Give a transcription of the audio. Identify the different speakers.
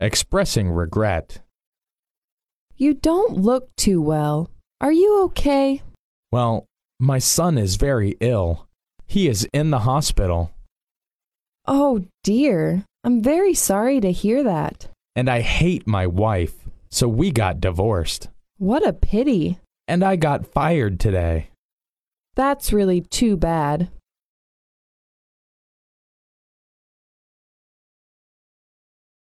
Speaker 1: expressing regret.
Speaker 2: You don't look too well. Are you okay?
Speaker 1: Well, my son is very ill. He is in the hospital,
Speaker 2: Oh dear. I'm very sorry to hear that.
Speaker 1: and I hate my wife, so we got divorced.
Speaker 2: What a pity.
Speaker 1: And I got fired today.
Speaker 2: That's really too bad.